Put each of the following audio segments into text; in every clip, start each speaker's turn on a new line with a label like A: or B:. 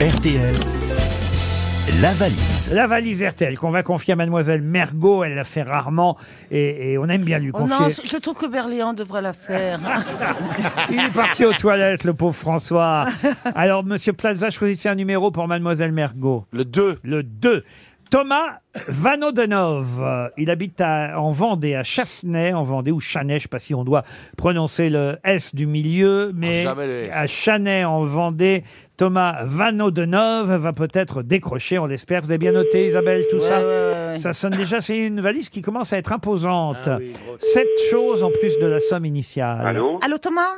A: RTL, la valise.
B: La valise RTL qu'on va confier à Mademoiselle Mergot, elle la fait rarement et, et on aime bien lui
C: Oh
B: confier.
C: non, je trouve que Berléand devrait la faire.
B: Il est parti aux toilettes, le pauvre François. Alors, Monsieur Plaza, choisissez un numéro pour Mademoiselle Mergot.
D: Le 2.
B: Le 2. Thomas Vanodenov, Euh, il habite à- en Vendée, à Chassenay, en Vendée, ou Chanay, je ne sais pas si on doit prononcer le S du milieu, mais
D: Ah, Jamais le S.
B: à Chanay, en Vendée, Thomas Vanodenov va peut-être décrocher, on l'espère. Vous avez bien noté, Isabelle, tout ça Ça sonne déjà, c'est une valise qui commence à être imposante. Sept choses en plus de la somme initiale.
E: Allô
C: Allô Thomas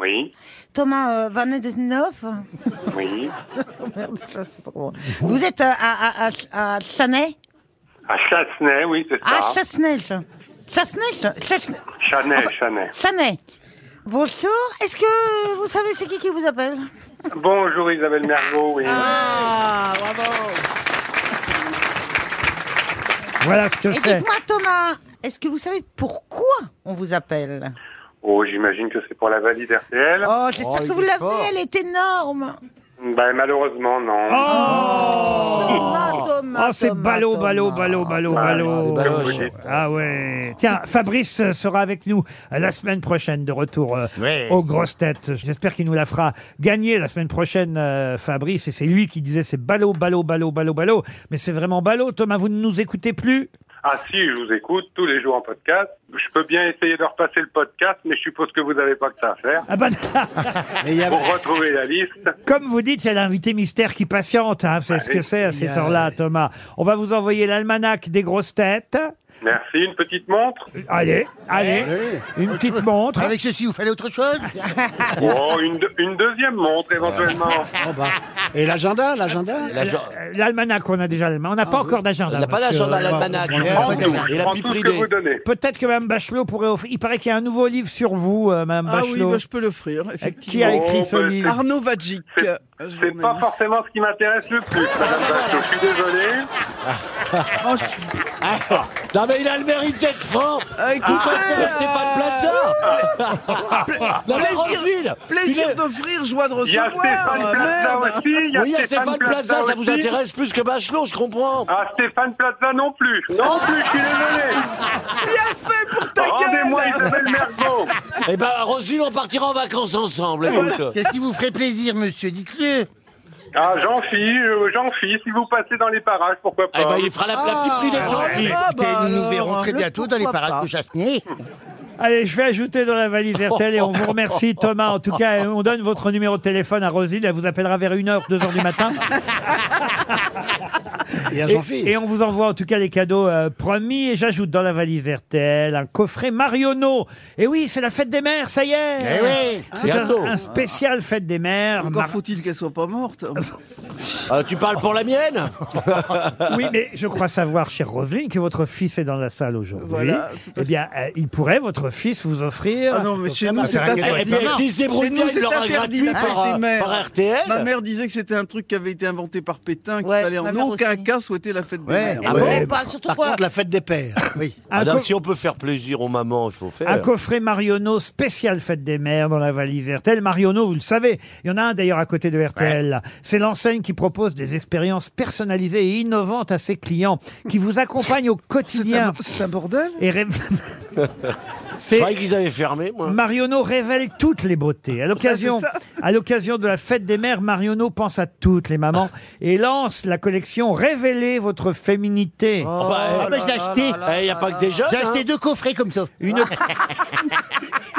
E: Oui,
C: Thomas euh, Van Edenhoff
E: oui.
C: Merde, je sais pas comment. Vous êtes euh, à, à, à, à Chanay
E: À Chassenay, oui, c'est
C: Ah,
E: ça.
C: Chassenay. ça. Chassenay, ça. Chassenay.
E: Chanay, Chanay.
C: Chanay. Bonjour, est-ce que vous savez c'est qui qui vous appelle
E: Bonjour Isabelle Mergot, oui.
C: Ah, bravo
B: Voilà ce que
C: Et
B: c'est.
C: dites-moi Thomas, est-ce que vous savez pourquoi on vous appelle
E: Oh, j'imagine que c'est pour la valide RTL.
C: Oh, j'espère que vous l'avez, elle est énorme
E: Ben, malheureusement, non.
C: Thomas, Thomas,
B: Oh, c'est
C: Thomas,
B: ballot,
C: Thomas.
B: ballot, ballot, ballot,
E: Ah,
B: ballot.
E: c'est comme vous dites.
B: Ah ouais. Tiens, Fabrice euh, sera avec nous euh, la semaine prochaine de retour euh,
D: Ouais.
B: aux grosses têtes. J'espère qu'il nous la fera gagner la semaine prochaine, euh, Fabrice. Et c'est lui qui disait c'est ballot, ballot, ballot, ballot, ballot. Mais c'est vraiment ballot. Thomas, vous ne nous écoutez plus
E: Ah si, je vous écoute tous les jours en podcast. Je peux bien essayer de repasser le podcast, mais je suppose que vous n'avez pas que ça à faire.
B: Ah ben,
E: Pour retrouver la liste,
B: Comme vous dites, il y a l'invité mystère qui patiente. Hein. Vous savez ce que c'est à cette heure-là, Thomas. On va vous envoyer l'almanach des grosses têtes.
E: merci. Une petite montre
B: Allez, allez. Une petite montre.
F: Avec ceci, vous fallait autre chose
E: Oh, une, de- une deuxième montre éventuellement.
F: Oh, bah. Et l'agenda, l'agenda
D: La jo-
B: Euh, L'almanach, on a déjà l'almanach. On n'a pas encore d'agenda.
D: Il n'a pas
B: monsieur.
D: d'agenda à l'almanach.
F: Ouais, ouais,
E: Prends
F: ouais,
E: tout,
F: ouais.
D: Il a
E: prends
D: pris
E: tout ce
D: prix
E: que
D: des-
E: vous donnez.
B: Peut-être que Mme Bachelot pourrait offrir. Il paraît qu'il y a un nouveau livre sur vous, euh, Mme
G: Ah oui,
B: Bachelot.
G: bah, je peux l'offrir,
B: Euh, qui a
G: effectivement.
E: Oh,
B: écrit ce
E: bah,
B: livre
G: Arnaud Vadjic.
E: C'est- C'est
G: journaliste.
E: pas forcément ce qui m'intéresse le plus, Madame Bachelot. Je suis désolé.
G: Oh, je-
D: Alors, Ah, non mais il a le mérite d'être franc.
G: Ah, écoutez,
D: Pourquoi Stéphane
E: Ah,
D: Plaza Non mais
G: plaisir-
D: Roseville, il
G: Plaisir
D: est-
G: d'offrir, joie de
E: Il y a
G: recevoir.
E: Stéphane Plaza
G: Merde.
E: aussi. Il y a
D: Oui, il y a Stéphane Plaza, ça vous
E: aussi.
D: intéresse plus que Bachelot, je comprends.
E: Ah, Stéphane Plaza non plus. Non plus, je suis désolé.
G: Bien fait pour ta
E: Rendez-moi
G: gueule.
E: Isabelle Mergo.
D: Eh ben, à Roseville, on partira en vacances ensemble. écoute.
F: Qu'est-ce qui vous ferait plaisir, monsieur Dites-le
E: Ah, jean phi jean phi si vous passez dans les parages, pourquoi pas.
D: Eh ben, il fera la, la petite prix des Roseville.
G: Ah, bah,
F: Et Nous nous
G: alors,
F: verrons très
G: le
F: bientôt dans les
G: pourquoi
F: parages
G: pas.
F: de Chassenay.
B: Allez, je vais ajouter dans la valise RTL et on vous remercie, Thomas. En tout cas, on donne votre numéro de téléphone à Rosine. Elle vous appellera vers 1h, 2h du matin.
F: Et à
B: Et-
F: Jean-Philippe.
B: Et on vous envoie en tout cas les cadeaux euh, promis. Et j'ajoute dans la valise RTL un coffret Marionneau. Et oui, c'est la fête des mères, ça y est.
F: Eh oui.
G: Ah, bah,
B: C'est un,
D: Bientôt.
B: un spécial fête des mères.
G: Encore faut-il qu'elle soit pas morte.
D: Ah, tu parles pour la mienne
B: Mar- Oui, mais je crois savoir, chère Roselyne, que votre fils est dans la salle aujourd'hui.
G: Voilà.
B: Eh bien, euh, il pourrait, votre fils, vous offrir.
G: Ah non, mais chez nous, c'est
F: faire un cadeau
D: Eh
G: interdit.
D: bien, s'il se débrouille
G: Chez
D: bien,
G: nous,
D: il
G: c'est
D: l'aura
G: interdit
D: gratuit
G: la fête
D: par,
G: des
D: euh,
G: mères.
D: par RTL.
G: Ma mère disait que c'était un truc qui avait été inventé par Pétain, qu'il
C: Ouais,
G: fallait
C: ma
G: en
C: mère
G: aucun
C: aussi.
G: cas souhaiter la fête des
F: Ouais.
G: mères.
C: Ah
F: Ouais.
C: bon Pas, surtout
F: Par
C: quoi
F: contre, la fête des pères, oui.
B: Un
D: Madame,
B: co-
D: Ah, si on peut faire plaisir aux mamans, il faut faire.
B: Un coffret Marionneau spécial fête des mères dans la valise RTL. Marionneau, vous le savez, il y en a un d'ailleurs à côté de RTL. là. C'est l'enseigne qui propose des expériences personnalisées et innovantes à ses clients, qui vous accompagnent au
G: C'est un-
B: quotidien.
G: Ah, C'est un bordel
B: Et rêve-
D: C'est
B: C'est
D: vrai qu'ils avaient fermé, moi.
B: Marionneau révèle toutes les beautés. À l'occasion,
G: Ah, c'est
B: à l'occasion de la fête des mères, Marionneau pense à toutes les mamans et lance la collection Révélez votre féminité.
D: Ah bah, eh,
F: Ah, bah, je l'ai acheté.
D: eh, il n'y a pas que des jeunes.
F: J'ai
D: hein.
F: acheté deux coffrets comme ça.
B: Une,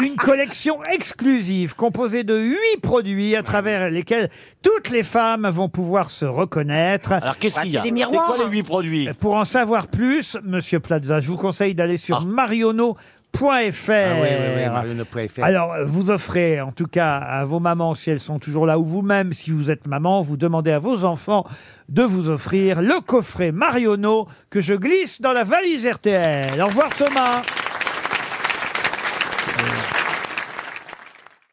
B: une collection exclusive composée de huit produits à travers lesquels toutes les femmes vont pouvoir se reconnaître.
D: Alors qu'est-ce qu'il y a
C: c'est des miroirs.
D: Bah, C'est Ah quoi les huit produits
B: Pour en savoir plus, Monsieur Plaza, je vous conseille d'aller sur mariono.fr.
D: Ah Eh,
B: Alors, euh, vous offrez, en tout cas, à vos mamans, si elles sont toujours là, ou vous-même, si vous êtes maman, vous demandez à vos enfants de vous offrir le coffret Mariono que je glisse dans la valise RTL. Au revoir Thomas.